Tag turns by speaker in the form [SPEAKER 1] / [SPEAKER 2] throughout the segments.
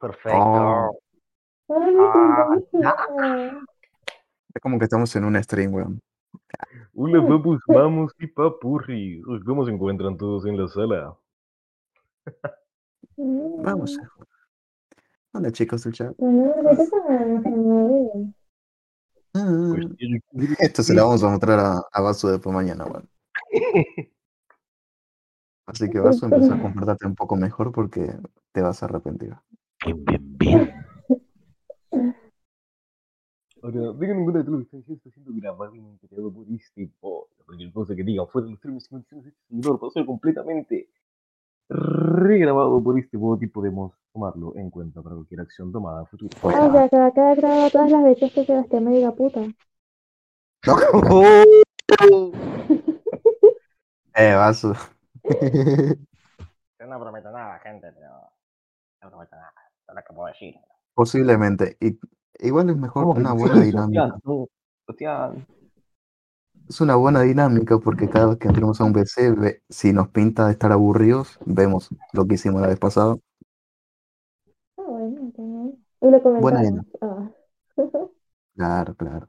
[SPEAKER 1] Perfecto.
[SPEAKER 2] Ah,
[SPEAKER 3] Es como que estamos en un stream, weón.
[SPEAKER 4] Hola,
[SPEAKER 3] Uh.
[SPEAKER 4] papus, vamos y papurri. Uy, ¿Cómo se encuentran todos en la sala?
[SPEAKER 3] Vamos. a jugar. Hola, chicos del chat. Mm,
[SPEAKER 4] Pues, eh,
[SPEAKER 3] Esto se lo vamos a mostrar a, a Basu después mañana, weón. Así que Basu, empieza a comportarte un poco mejor porque te vas a arrepentir.
[SPEAKER 1] Bien, bien, bien.
[SPEAKER 4] Ahora, tengan en cuenta que todo lo que están diciendo está siendo grabado y monitoreado por este pod. Cualquier cosa que digan fuera de los términos y condiciones de este servidor va a ser completamente regrabado por este pod y podemos tomarlo en cuenta para cualquier acción tomada en futuro. Pues,
[SPEAKER 2] Ah, o sea, que va a quedar grabado todas las veces que Sebastián me diga puta. Ah,
[SPEAKER 4] ah.
[SPEAKER 3] Eh, Basu.
[SPEAKER 1] Yo no prometo nada, gente, pero no prometo nada. Es lo que puedo decir.
[SPEAKER 3] Posiblemente. I- igual es mejor una buena dinámica.
[SPEAKER 4] Hostia,
[SPEAKER 3] Es una buena dinámica porque cada vez que entremos a un PC, ve- si nos pinta de estar aburridos, vemos lo que hicimos la vez pasada.
[SPEAKER 2] Ah, bueno, está bien. Y lo
[SPEAKER 3] Buena
[SPEAKER 2] comentamos.
[SPEAKER 3] idea.
[SPEAKER 2] Ah.
[SPEAKER 3] Claro, claro.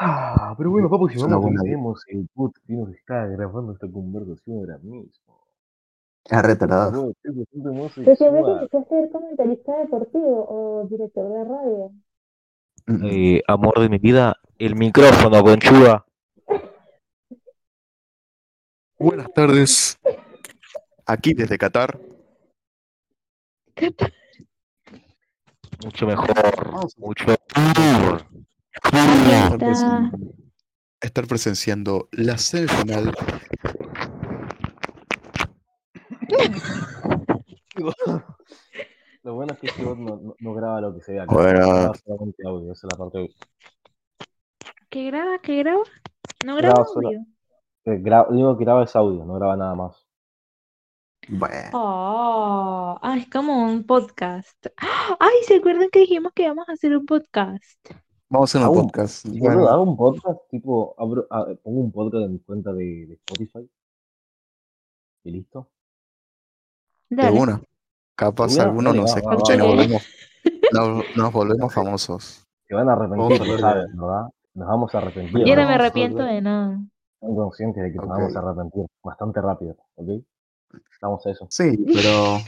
[SPEAKER 4] Ah, pero bueno, papu, si
[SPEAKER 3] Es una
[SPEAKER 4] vamos
[SPEAKER 3] buena
[SPEAKER 4] a vemos el pod que nos está grabando esta conversación ahora mismo.
[SPEAKER 3] Es retardado.
[SPEAKER 4] Yo estoy bastante
[SPEAKER 2] Pero siempre
[SPEAKER 4] homosexual.
[SPEAKER 2] tienes que ser comentarista deportivo o director de radio.
[SPEAKER 3] Mm,
[SPEAKER 1] Eh, amor de mi vida, el micrófono, conchuda.
[SPEAKER 5] Buenas tardes. Aquí desde Qatar.
[SPEAKER 1] Mucho
[SPEAKER 4] Ah,
[SPEAKER 1] mejor.
[SPEAKER 3] Vamos.
[SPEAKER 1] Mucho.
[SPEAKER 2] Ya
[SPEAKER 5] Estar,
[SPEAKER 2] está.
[SPEAKER 5] presen- estar presenciando la semifinal.
[SPEAKER 4] Lo bueno es que este bot no, no- no graba lo que se ve acá.
[SPEAKER 5] Bueno.
[SPEAKER 4] Graba solamente audio, esa es la parte.
[SPEAKER 6] ¿Qué graba? ¿Qué graba? No
[SPEAKER 4] Graba
[SPEAKER 6] graba
[SPEAKER 4] sola.
[SPEAKER 6] audio.
[SPEAKER 4] eh, gra- Lo único que graba es audio, no graba nada más.
[SPEAKER 3] Bueno,
[SPEAKER 6] Oh, ah, es como un podcast. ¡Ah! Ay, ¿se acuerdan que dijimos que íbamos a hacer un podcast?
[SPEAKER 3] vamos a hacer un
[SPEAKER 4] Aún.
[SPEAKER 3] podcast.
[SPEAKER 4] Y
[SPEAKER 3] Bueno,
[SPEAKER 4] hago un podcast, tipo, abro, ah, pongo un podcast en mi cuenta de, de Spotify. Y listo.
[SPEAKER 6] Dale.
[SPEAKER 5] De una. Capaz
[SPEAKER 4] Una,
[SPEAKER 5] algunos
[SPEAKER 4] dale,
[SPEAKER 5] nos
[SPEAKER 4] va, va,
[SPEAKER 5] escucha y nos
[SPEAKER 6] va.
[SPEAKER 5] volvemos, nos, nos volvemos famosos.
[SPEAKER 4] Se van a arrepentir,
[SPEAKER 5] Vamos a
[SPEAKER 4] ¿saben, ¿verdad? Nos vamos a arrepentir.
[SPEAKER 6] Yo no
[SPEAKER 4] ¿no?
[SPEAKER 6] me arrepiento de nada.
[SPEAKER 4] Son conscientes de que nos vamos a
[SPEAKER 3] Ok.
[SPEAKER 4] arrepentir bastante rápido, ¿ok? Vamos a eso.
[SPEAKER 3] Sí, pero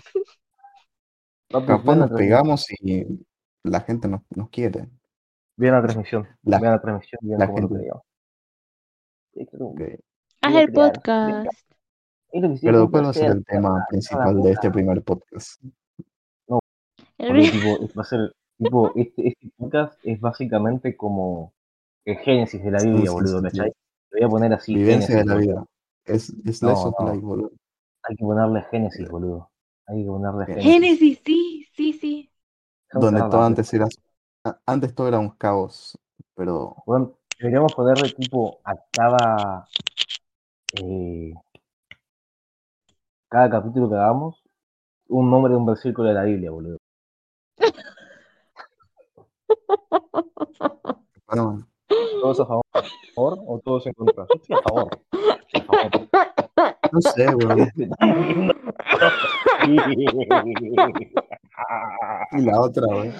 [SPEAKER 4] Papu,
[SPEAKER 3] capaz
[SPEAKER 4] vean la
[SPEAKER 3] nos
[SPEAKER 4] transmisión,
[SPEAKER 3] pegamos y la gente nos, nos quiere.
[SPEAKER 4] Vean la transmisión.
[SPEAKER 3] La-
[SPEAKER 4] vean la transmisión, vean
[SPEAKER 3] la
[SPEAKER 4] cómo lo
[SPEAKER 3] gente.
[SPEAKER 4] creamos. Sí, creo-
[SPEAKER 3] Ok.
[SPEAKER 6] Haz
[SPEAKER 4] Yo
[SPEAKER 6] Ah, el
[SPEAKER 4] crear.
[SPEAKER 6] podcast.
[SPEAKER 4] es lo que siempre
[SPEAKER 3] Pero ¿cuál va a ser
[SPEAKER 4] hacer,
[SPEAKER 3] el tema principal
[SPEAKER 4] puta.
[SPEAKER 3] de este primer podcast?
[SPEAKER 6] El
[SPEAKER 4] Porque,
[SPEAKER 6] re-
[SPEAKER 4] tipo, es- va a ser, tipo, este, este podcast es básicamente como el génesis de la
[SPEAKER 3] Sí,
[SPEAKER 4] Biblia,
[SPEAKER 3] sí,
[SPEAKER 4] boludo,
[SPEAKER 3] sí, sí.
[SPEAKER 4] ¿cachai? Lo voy a poner así,
[SPEAKER 3] Vivencia de
[SPEAKER 4] génesis,
[SPEAKER 3] la
[SPEAKER 4] boludo.
[SPEAKER 3] vida. Es, es
[SPEAKER 4] No,
[SPEAKER 3] Slice of
[SPEAKER 4] no.
[SPEAKER 3] Life, boludo.
[SPEAKER 4] Hay que ponerle génesis, boludo. Hay que ponerle
[SPEAKER 3] Bien.
[SPEAKER 4] génesis.
[SPEAKER 6] Génesis, sí, sí, sí.
[SPEAKER 4] Son
[SPEAKER 3] Donde
[SPEAKER 4] tardas,
[SPEAKER 3] todo antes era. a- Antes todo era un caos, pero
[SPEAKER 4] Bueno, deberíamos ponerle tipo a cada eh, cada capítulo que hagamos un nombre de un versículo de la Biblia, boludo.
[SPEAKER 3] bueno,
[SPEAKER 4] ¿Todos a favor, a favor o todos en contra? Yo estoy a favor. Yo estoy a favor.
[SPEAKER 3] no sé, weón. Y la otra, weón.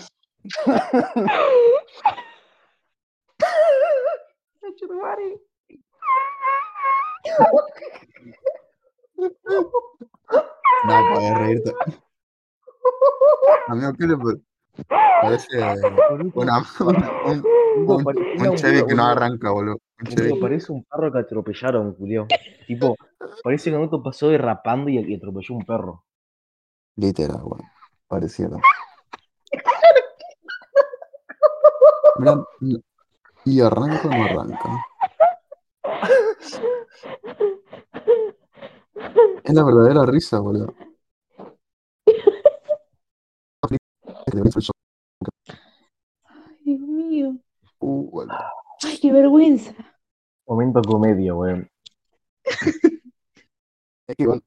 [SPEAKER 3] No, podés reírte. Amigo, ¿qué le pa- parece? Una, una- un, un, un Chevy que no arranca, boludo. Un
[SPEAKER 4] Boludo,
[SPEAKER 3] Chevy.
[SPEAKER 4] parece un perro que atropellaron, culiao. Tipo, parece que un auto pasó derrapando y, y atropelló un perro.
[SPEAKER 3] Literal, weón. Pareciera. Mira, y- ¿Y arranca o no arranca? Es la verdadera risa, boludo.
[SPEAKER 6] Ay, Dios mío.
[SPEAKER 3] Uh, boludo.
[SPEAKER 6] Ay, qué vergüenza.
[SPEAKER 4] Momento comedia, weón.
[SPEAKER 3] Es que, bueno,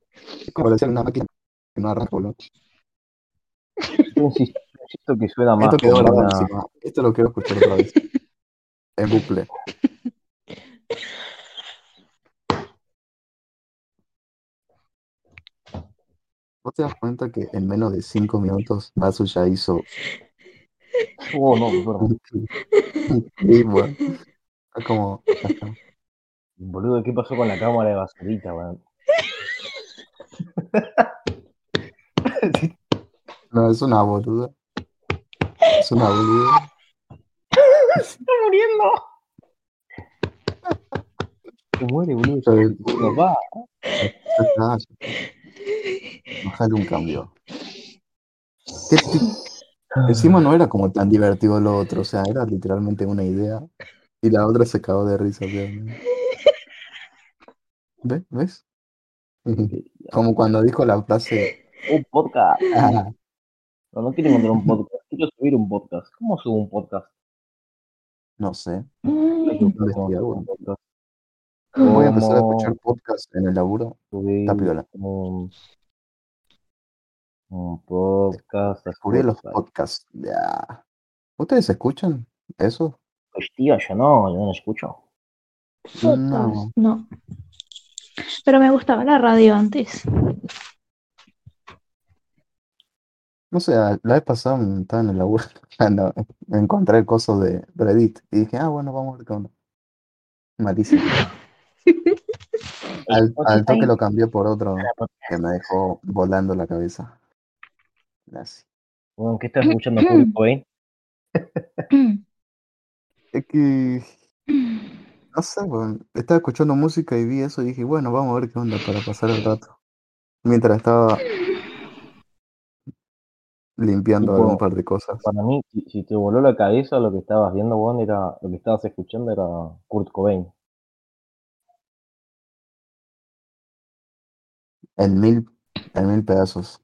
[SPEAKER 3] es como decir una máquina que no arranca, boludo.
[SPEAKER 4] Yo insisto, insisto que suena más
[SPEAKER 3] Esto quedó
[SPEAKER 4] como
[SPEAKER 3] grabado
[SPEAKER 4] una-
[SPEAKER 3] encima. Esto lo quiero escuchar otra vez. En bucle. ¿Vos te das cuenta que en menos de cinco minutos Basu ya hizo
[SPEAKER 4] Oh, no, pero bueno,
[SPEAKER 3] un clip, weón? Está como, ya está.
[SPEAKER 4] boludo, ¿qué pasó con la cámara de basurita, weón?
[SPEAKER 3] No, es una boluda. Es una boluda.
[SPEAKER 4] ¡Está muriendo! Se muere, boludo.
[SPEAKER 3] Ya
[SPEAKER 4] se-
[SPEAKER 3] está,
[SPEAKER 4] No va.
[SPEAKER 3] ya está, ya está. Ojalá un cambio. ¿Qué ti- Encima no era como tan divertido lo otro, o sea, era literalmente una idea y la otra se cagó de risa. ¿Ves? ¿Ves? Como cuando dijo la frase,
[SPEAKER 4] Un podcast.
[SPEAKER 3] "Ah,
[SPEAKER 4] No, no quiero encontrar un podcast. Quiero subir un podcast. ¿Cómo subo un podcast?
[SPEAKER 3] no sé,
[SPEAKER 4] Hay que buscar cómo
[SPEAKER 3] Investigar,
[SPEAKER 4] subo
[SPEAKER 3] weón.
[SPEAKER 4] un podcast.
[SPEAKER 3] voy a empezar a
[SPEAKER 4] ¿Cómo
[SPEAKER 3] escuchar podcast en el laburo,
[SPEAKER 4] subir
[SPEAKER 3] está piola.
[SPEAKER 4] un, un podcast.
[SPEAKER 3] Descubrí los
[SPEAKER 4] Spotify?
[SPEAKER 3] podcasts. Ya. ¿Ustedes escuchan eso?
[SPEAKER 4] Pues tío, yo no, yo no escucho.
[SPEAKER 3] No.
[SPEAKER 6] No. Pero me gustaba la radio antes.
[SPEAKER 3] No sé, la vez pasada mm, estaba en el laburo, cuando encontré cosas de Reddit y dije, ah, bueno, vamos a ver qué onda. Malísimo. Al, al toque lo cambié por otro que me dejó volando la cabeza. Gracias.
[SPEAKER 4] Bueno, ¿qué estás escuchando público ahí?
[SPEAKER 3] Es que, no sé, weón, estaba escuchando música y vi eso y dije, bueno, vamos a ver qué onda para pasar el rato. Mientras estaba limpiando
[SPEAKER 4] Tipo-
[SPEAKER 3] algún par de cosas.
[SPEAKER 4] Para mí, si, si te voló la cabeza, lo que estabas viendo, weón, era, lo que estabas escuchando era Kurt Cobain.
[SPEAKER 3] En mil, en mil pedazos.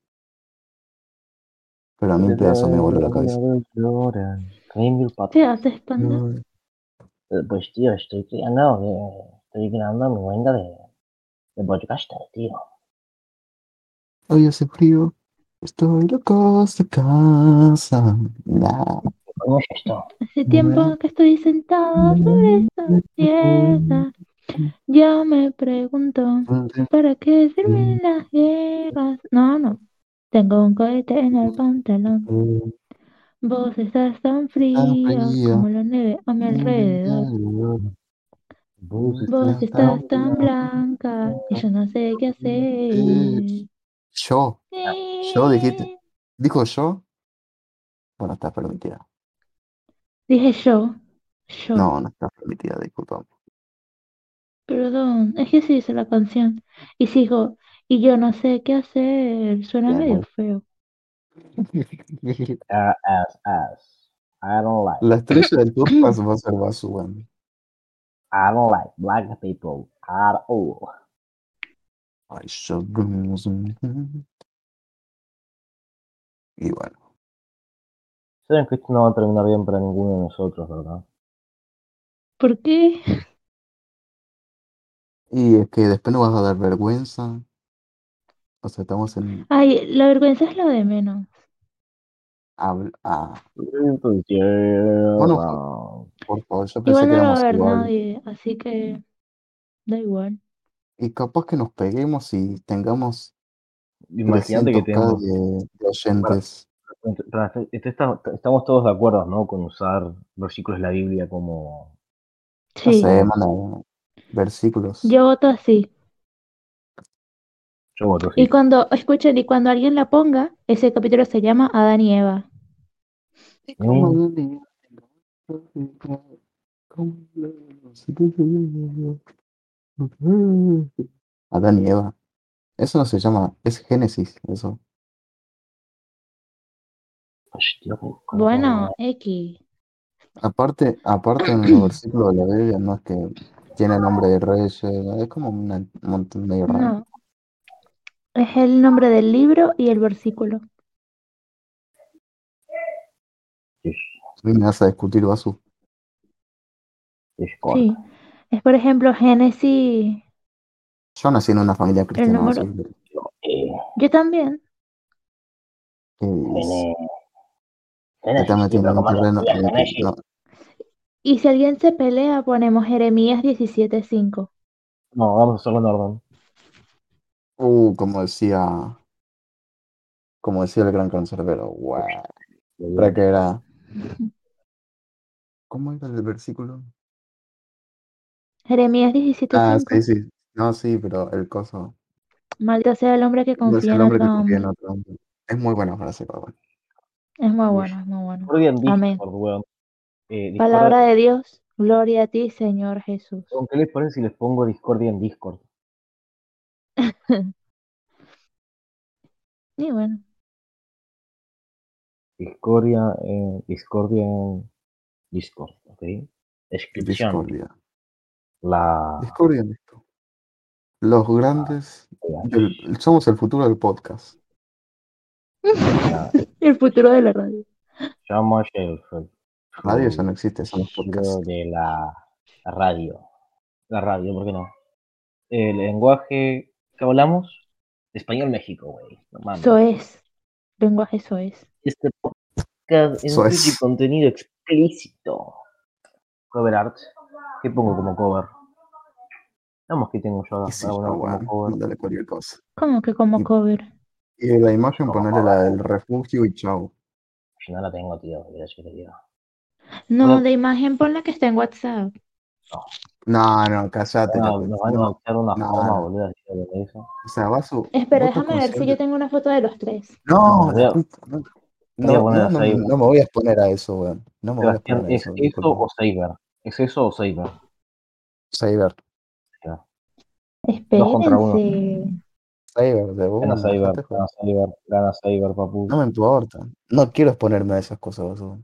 [SPEAKER 3] Pero a mil pedazos me voló la cabeza.
[SPEAKER 4] Mil pat-
[SPEAKER 6] ¿Te das espalda?
[SPEAKER 3] No,
[SPEAKER 4] Eh, Pues tío, estoy creando, eh, estoy creando mi banda de, de podcast, tío.
[SPEAKER 3] Hoy hace frío. Estoy loco de casa. Nah.
[SPEAKER 4] ¿Cómo es esto?
[SPEAKER 6] Hace tiempo que estoy sentada sobre esta piedra. Yo me pregunto, ¿para qué sirven las guerras? No, no. Tengo un cohete en el pantalón. Vos estás tan frío Mm,
[SPEAKER 3] fría.
[SPEAKER 6] como la nieve a mi alrededor.
[SPEAKER 4] Vos
[SPEAKER 6] Vos
[SPEAKER 3] Estás
[SPEAKER 6] estás
[SPEAKER 3] tan
[SPEAKER 6] tan blanca que yo no sé qué hacer.
[SPEAKER 3] Yo. Eh, yo dijiste. ¿Dijo yo? Bueno, está permitida.
[SPEAKER 6] Dije yo. Yo.
[SPEAKER 3] No, no está permitida, disculpa.
[SPEAKER 6] Perdón, es que sí dice la canción. Y sigo, y yo no sé qué hacer. Suena
[SPEAKER 3] Claro.
[SPEAKER 6] medio feo.
[SPEAKER 4] Ah, as, as. I don't like,
[SPEAKER 3] La estrella del podcast va a ser Basu, weón.
[SPEAKER 4] I don't like black people at all.
[SPEAKER 3] Ay, yo- Y bueno.
[SPEAKER 4] Saben que esto no va a terminar bien para ninguno de nosotros, ¿verdad?
[SPEAKER 6] ¿Por qué?
[SPEAKER 3] Y es que después nos vas a dar vergüenza. O sea, estamos en...
[SPEAKER 6] Ay, la vergüenza es lo de menos.
[SPEAKER 3] habl- ah,
[SPEAKER 4] Entonces, bueno,
[SPEAKER 3] por favor, yo pensé
[SPEAKER 6] Igual
[SPEAKER 3] que
[SPEAKER 6] no lo va a
[SPEAKER 3] éramos
[SPEAKER 6] ver
[SPEAKER 3] igual.
[SPEAKER 6] nadie, así que da igual.
[SPEAKER 3] Y capaz que nos peguemos y tengamos
[SPEAKER 4] imagínate que
[SPEAKER 3] 300K
[SPEAKER 4] tenemos.
[SPEAKER 3] de, de oyentes.
[SPEAKER 4] Para- este está- Estamos todos de acuerdo, ¿no? Con usar versículos de la Biblia como.
[SPEAKER 3] No
[SPEAKER 6] Sí,
[SPEAKER 3] sé, manda versículos.
[SPEAKER 6] yo voto así.
[SPEAKER 4] Yo voto sí.
[SPEAKER 6] Y cuando, escuchen, y cuando alguien la ponga, ese capítulo se llama Adán y Eva.
[SPEAKER 3] Como
[SPEAKER 4] Mm.
[SPEAKER 3] un día, como un día. Adán y Eva. Ah, Eso no se llama, es Génesis, eso.
[SPEAKER 4] Pues, tío, ¿cómo- cómo-
[SPEAKER 6] Bueno, X.
[SPEAKER 3] Aparte, aparte en los versículos de la Biblia no es que tiene nombre de reyes, es como una- un montón medio raro.
[SPEAKER 6] No. Es el nombre del libro y el versículo.
[SPEAKER 3] Y me vas a discutir Basu.
[SPEAKER 4] es corto.
[SPEAKER 6] Sí. Es por ejemplo Génesis.
[SPEAKER 3] Yo nací en una familia cristiana,
[SPEAKER 6] número-
[SPEAKER 3] así que-
[SPEAKER 4] Eh,
[SPEAKER 6] Yo también.
[SPEAKER 3] que
[SPEAKER 4] tenés-
[SPEAKER 3] se
[SPEAKER 4] tenés
[SPEAKER 3] está
[SPEAKER 4] un
[SPEAKER 3] metiendo en
[SPEAKER 4] tipo
[SPEAKER 3] un
[SPEAKER 4] como los
[SPEAKER 3] terreno
[SPEAKER 4] días,
[SPEAKER 3] en el
[SPEAKER 4] tenés-
[SPEAKER 3] que no-
[SPEAKER 6] Y si alguien se pelea, ponemos Jeremías 17:5.
[SPEAKER 4] No, vamos a hacerlo en orden.
[SPEAKER 3] Uh, como decía Como decía el gran cancerbero, guau. ¿Para qué era? ¿Cómo era el versículo?
[SPEAKER 6] Jeremías 17.
[SPEAKER 3] Ah, sí, sí. No, sí, pero el coso.
[SPEAKER 6] Maldito sea el hombre que
[SPEAKER 3] Es
[SPEAKER 6] confía
[SPEAKER 3] el
[SPEAKER 6] en
[SPEAKER 3] hombre que
[SPEAKER 6] otro
[SPEAKER 3] confía en
[SPEAKER 6] hombre.
[SPEAKER 3] otro hombre. Es muy buena frase, pero bueno.
[SPEAKER 6] Es muy bueno, es muy bueno.
[SPEAKER 4] Freudian
[SPEAKER 6] Amén.
[SPEAKER 4] Discord, weón. Eh, Discord-
[SPEAKER 6] Palabra de Dios, gloria a ti, Señor Jesús.
[SPEAKER 4] weón, ¿Qué les parece si les pongo Discordia en Discord?
[SPEAKER 6] Y bueno,
[SPEAKER 4] Discordia en Discordia en Discord, ¿ok? Descripción.
[SPEAKER 3] Discordia.
[SPEAKER 4] La.
[SPEAKER 3] Discordia en esto. Los grandes. del- somos el futuro del podcast.
[SPEAKER 4] la-
[SPEAKER 6] el futuro de la radio.
[SPEAKER 4] Somos el
[SPEAKER 3] Radio ya no existe, somos podcast.
[SPEAKER 4] futuro de la radio. La radio, ¿por qué no? El lenguaje que hablamos, español México, güey. No mames.
[SPEAKER 6] Eso es. Lenguaje, eso es.
[SPEAKER 4] Este podcast
[SPEAKER 3] Eso
[SPEAKER 4] incluye
[SPEAKER 3] es.
[SPEAKER 4] contenido explícito. Cover art. ¿Qué pongo como cover? Vamos, que tengo yo
[SPEAKER 3] Y sí,
[SPEAKER 4] para poner como
[SPEAKER 3] Ah, bueno,
[SPEAKER 4] cover?
[SPEAKER 3] mándale cualquier cosa.
[SPEAKER 6] Como que como
[SPEAKER 3] Y-
[SPEAKER 6] cover.
[SPEAKER 3] Y de la imagen
[SPEAKER 4] No,
[SPEAKER 3] ponerle la del refugio y chau.
[SPEAKER 4] Si no la tengo, tío. mira, yo te digo.
[SPEAKER 6] No,
[SPEAKER 4] Bueno.
[SPEAKER 6] de imagen pon la que está en WhatsApp.
[SPEAKER 3] No, no, cállate.
[SPEAKER 4] Van a-
[SPEAKER 3] la
[SPEAKER 4] Nos
[SPEAKER 3] cuestión.
[SPEAKER 4] van a echar una
[SPEAKER 3] No,
[SPEAKER 4] fama,
[SPEAKER 3] no.
[SPEAKER 4] boludo, así de eso.
[SPEAKER 3] O sea, vas a-
[SPEAKER 6] Espera,
[SPEAKER 3] vos te
[SPEAKER 6] déjame ver si yo
[SPEAKER 3] concentras-
[SPEAKER 6] tengo una foto de los tres.
[SPEAKER 3] No,
[SPEAKER 4] Voy a-
[SPEAKER 3] puta, no,
[SPEAKER 4] voy a
[SPEAKER 3] no,
[SPEAKER 4] poner
[SPEAKER 3] no, no,
[SPEAKER 4] ahí,
[SPEAKER 3] no me voy a exponer a eso, weón. No me voy a
[SPEAKER 4] Sebastián,
[SPEAKER 3] exponer a
[SPEAKER 4] ¿es
[SPEAKER 3] eso.
[SPEAKER 4] eso
[SPEAKER 3] disculpa.
[SPEAKER 4] o Saber? ¿Es eso o Saber?
[SPEAKER 3] Cyber,
[SPEAKER 4] contra uno.
[SPEAKER 6] Espérense.
[SPEAKER 3] Cyber, de vos.
[SPEAKER 4] Gana
[SPEAKER 3] dejate
[SPEAKER 4] Saber,
[SPEAKER 3] joder.
[SPEAKER 4] gana Saber, gana Saber, papu.
[SPEAKER 3] No me importa. No quiero exponerme a esas cosas, weón.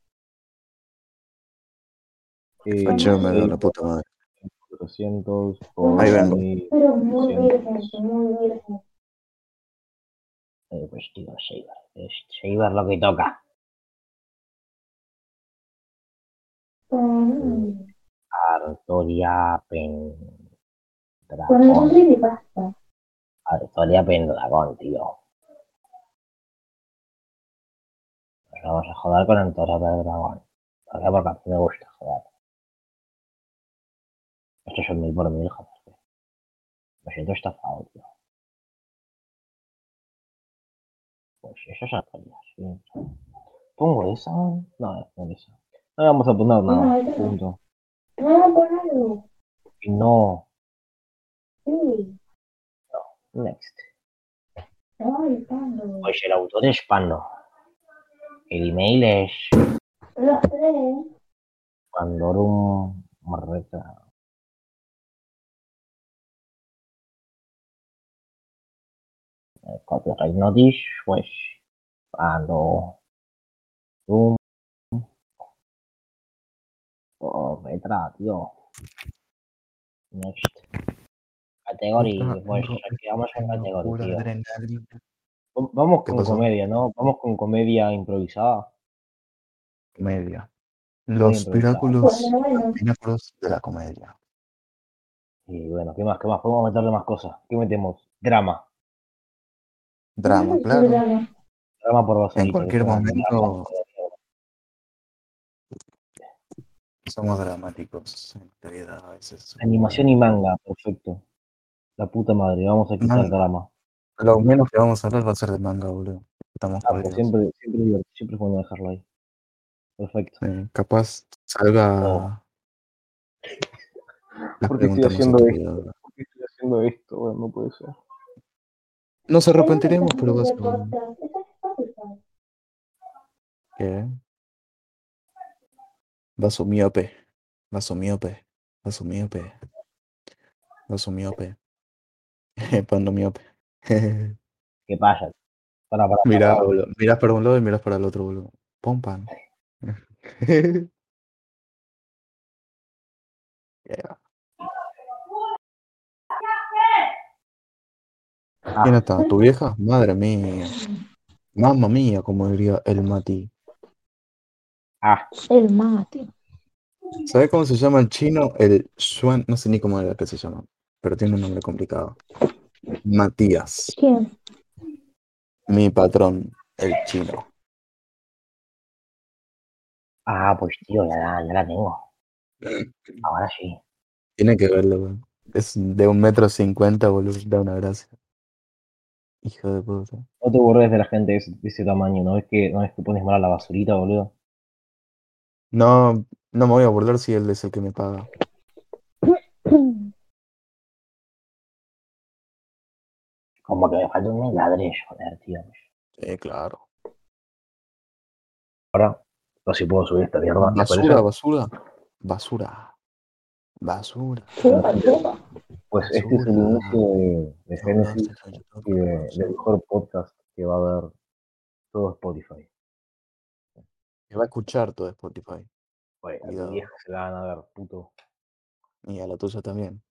[SPEAKER 4] Eh,
[SPEAKER 3] Facheo, me da la puta madre.
[SPEAKER 4] 400
[SPEAKER 3] Ahí vengo.
[SPEAKER 4] mil,
[SPEAKER 2] Pero muy
[SPEAKER 4] Siempre.
[SPEAKER 2] virgen, muy virgen.
[SPEAKER 4] eh, pues tío, Saber. Es Saber lo que toca.
[SPEAKER 2] Pon,
[SPEAKER 4] Artoria Pen.
[SPEAKER 2] pon algún
[SPEAKER 4] Dragón.
[SPEAKER 2] creepypasta.
[SPEAKER 4] Artoria Pendragón, tío. Nos Pues vamos a joder con Artoria Pendragón. ¿Por qué? Porque a mí me gusta joder. Esto es un mil por mil, joder. tío. Me siento estafado, tío. Pues eso es Artoria, sí. ¿Pongo esa? No, no es esa. No le vamos a poner
[SPEAKER 2] No,
[SPEAKER 4] nada.
[SPEAKER 2] esa no.
[SPEAKER 4] Punto.
[SPEAKER 2] No, pon algo.
[SPEAKER 4] Y No.
[SPEAKER 2] Sí.
[SPEAKER 4] Next.
[SPEAKER 2] Ay, tango.
[SPEAKER 4] Pues el autor es Pando. El email es
[SPEAKER 2] Los tres.
[SPEAKER 4] Pandorum Marreta. Eh, Copyright notice, pues Pandorum Marreta, tío. Next. Categoría, pues aquí vamos en categoría, tío. Va- Vamos
[SPEAKER 3] ¿eh? ¿Qué
[SPEAKER 4] con
[SPEAKER 3] pasó?
[SPEAKER 4] comedia, ¿no? Vamos con comedia improvisada.
[SPEAKER 3] Comedia. Los
[SPEAKER 4] improvisado.
[SPEAKER 3] pináculos,
[SPEAKER 2] Bueno, pues, bueno.
[SPEAKER 3] pináculos de la comedia.
[SPEAKER 4] Y bueno, ¿qué más? ¿Qué más? Podemos meterle más cosas. ¿Qué metemos? Drama.
[SPEAKER 3] Drama, claro.
[SPEAKER 2] Drama.
[SPEAKER 4] Drama por vaso.
[SPEAKER 3] En cualquier momento somos dramáticos. En realidad, a veces.
[SPEAKER 4] Animación y manga, perfecto. La puta madre, vamos a quitar
[SPEAKER 3] Manga.
[SPEAKER 4] drama.
[SPEAKER 3] Lo menos que vamos a hablar va a ser de manga, boludo. Estamos
[SPEAKER 4] Ah, pero
[SPEAKER 3] jodidos.
[SPEAKER 4] siempre, siempre, es divertido, siempre es bueno dejarlo ahí. Perfecto.
[SPEAKER 3] Sí, capaz salga.
[SPEAKER 4] Oh.
[SPEAKER 3] la
[SPEAKER 4] ¿Por qué estoy
[SPEAKER 3] pregunta más
[SPEAKER 4] haciendo esto?
[SPEAKER 3] estúpida.
[SPEAKER 4] ¿Por qué estoy haciendo esto? Bueno, no puede ser.
[SPEAKER 3] Nos arrepentiremos, pero va a ser.
[SPEAKER 2] Esa es la Spotify.
[SPEAKER 3] ¿Qué? Vaso miope. Vaso miope. Vaso miope. Vaso miope. Pando miope.
[SPEAKER 4] ¿Qué pasa? Para, para.
[SPEAKER 3] Mirá, boludo. Mirás para un lado y mirás para el otro, boludo. Pon pan. Yeah. ¿Quién está? ¿Tu vieja? Madre mía. Mamma mía, como diría el Mati.
[SPEAKER 7] Ah,
[SPEAKER 6] El mate.
[SPEAKER 3] ¿Sabes cómo se llama el chino? El Xuan, no sé ni cómo era que se llama, pero tiene un nombre complicado. Matías,
[SPEAKER 6] ¿Quién?
[SPEAKER 3] mi patrón, el chino.
[SPEAKER 4] Ah, pues tío, ya la, ya la tengo. Ahora sí.
[SPEAKER 3] Tiene que verlo, weón. Es de un metro cincuenta, boludo. Da una gracia. Hijo de puta.
[SPEAKER 4] No te burles de la gente de ese, de ese tamaño, ¿no? Es que no es que pones mal a la basurita, boludo.
[SPEAKER 3] No, no me voy a burlar si él es el que me paga.
[SPEAKER 4] Como que me falta un ladrillo, joder, tío.
[SPEAKER 3] Sí, claro.
[SPEAKER 4] Ahora, no sé si puedo subir esta mierda. ¿no? Pero
[SPEAKER 3] Basura,
[SPEAKER 4] eso-
[SPEAKER 3] basura. Basura. Basura.
[SPEAKER 6] Chupa, chupa.
[SPEAKER 4] Pues este es el
[SPEAKER 3] basura.
[SPEAKER 4] inicio de, de Genesis. y de- del
[SPEAKER 3] Que
[SPEAKER 4] mejor podcast que va a haber todo Spotify.
[SPEAKER 3] va a escuchar todo Spotify.
[SPEAKER 4] Oye, a tu
[SPEAKER 3] Cuidado.
[SPEAKER 4] vieja se la van a dar, puto.
[SPEAKER 3] Y a la tuya también.